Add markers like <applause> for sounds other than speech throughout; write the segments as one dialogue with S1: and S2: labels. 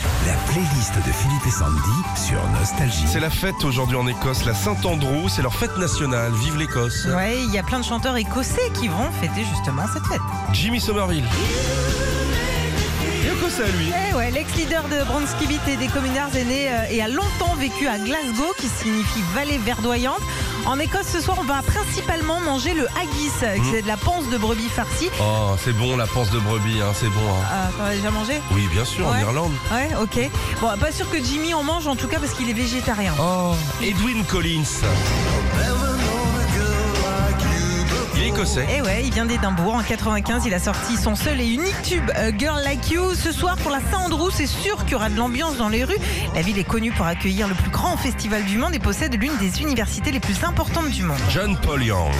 S1: La playlist de Philippe et Sandy sur Nostalgie.
S2: C'est la fête aujourd'hui en Écosse, la Saint-Andrew, c'est leur fête nationale, vive l'Écosse.
S3: Ouais, il y a plein de chanteurs écossais qui vont fêter justement cette fête.
S2: Jimmy Somerville. Yoko à lui.
S3: Eh ouais, l'ex-leader de Bronski Beat et des Communards est né euh, et a longtemps vécu à Glasgow, qui signifie vallée verdoyante. En Écosse, ce soir, on va principalement manger le haggis, euh, qui c'est de la panse de brebis farcie.
S2: Oh, c'est bon la panse de brebis, hein, c'est bon. hein.
S3: Euh, T'en as déjà mangé
S2: Oui, bien sûr, en
S3: Ouais.
S2: Irlande.
S3: Ouais, ok. Bon, pas sûr que Jimmy en mange en tout cas parce qu'il est végétarien.
S2: Oh, Edwin Collins. Il est écossais.
S3: Et Eh ouais, il vient d'Édimbourg. En 95, il a sorti son seul et unique tube, euh, Girl Like You. Ce soir, pour la Saint-Andrew, c'est sûr qu'il y aura de l'ambiance dans les rues. La ville est connue pour accueillir le plus grand festival du monde et possède l'une des universités les plus importantes du monde.
S2: John Paul Young.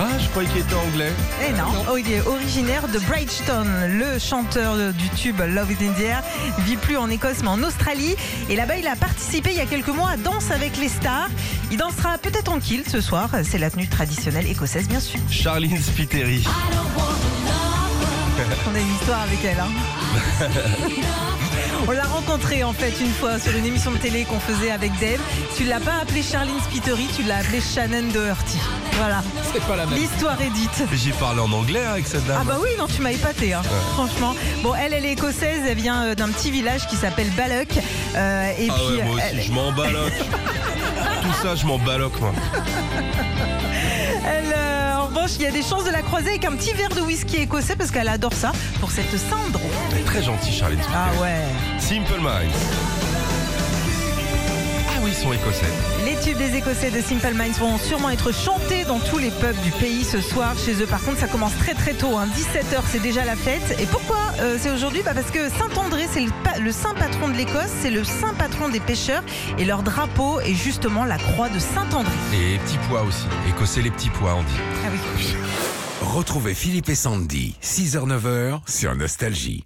S2: Ah, je croyais qu'il était anglais.
S3: Eh non, Oh, il est originaire de Brighton. Le chanteur du tube Love is in the Air vit plus en Écosse mais en Australie. Et là-bas, il a participé il y a quelques mois à Danse avec les stars. Il dansera peut-être en kilt ce soir. C'est la tenue traditionnelle écossaise, bien sûr.
S2: Charlene Spiteri.
S3: On a une histoire avec elle. hein. On l'a rencontrée en fait une fois sur une émission de télé qu'on faisait avec Dave. Tu l'as pas appelée Charlene Spiteri, tu l'as appelée Shannon Doherty. Voilà.
S2: C'est pas la
S3: L'histoire est dite.
S2: J'ai parlé en anglais hein, avec cette dame.
S3: Ah bah oui, non, tu m'as épaté, hein, franchement. Bon, elle, elle est écossaise, elle vient euh, d'un petit village qui s'appelle Ballock. Euh, et
S2: Ah
S3: puis,
S2: ouais, moi aussi,
S3: elle,
S2: je m'en baloque.
S3: <laughs>
S2: Tout ça, je m'en baloque, moi.
S3: elle, euh, en revanche, il y a des chances de la croiser avec un petit verre de whisky écossais parce qu'elle adore ça pour cette cendre.
S2: Elle est très gentille, Charlene Spiteri.
S3: Ah ouais.
S2: Simple Minds. Ah oui, ils sont écossais.
S3: Les tubes des Écossais de Simple Minds vont sûrement être chantés dans tous les pubs du pays ce soir. Chez eux, par contre, ça commence très très tôt. Hein. 17h, c'est déjà la fête. Et pourquoi euh, c'est aujourd'hui bah Parce que Saint-André, c'est le, pa- le saint patron de l'Écosse, c'est le saint patron des pêcheurs. Et leur drapeau est justement la croix de Saint-André.
S2: Et petits pois aussi. Écossais, les petits pois, on dit.
S3: Ah oui.
S1: Retrouvez Philippe et Sandy, 6h-9h sur Nostalgie.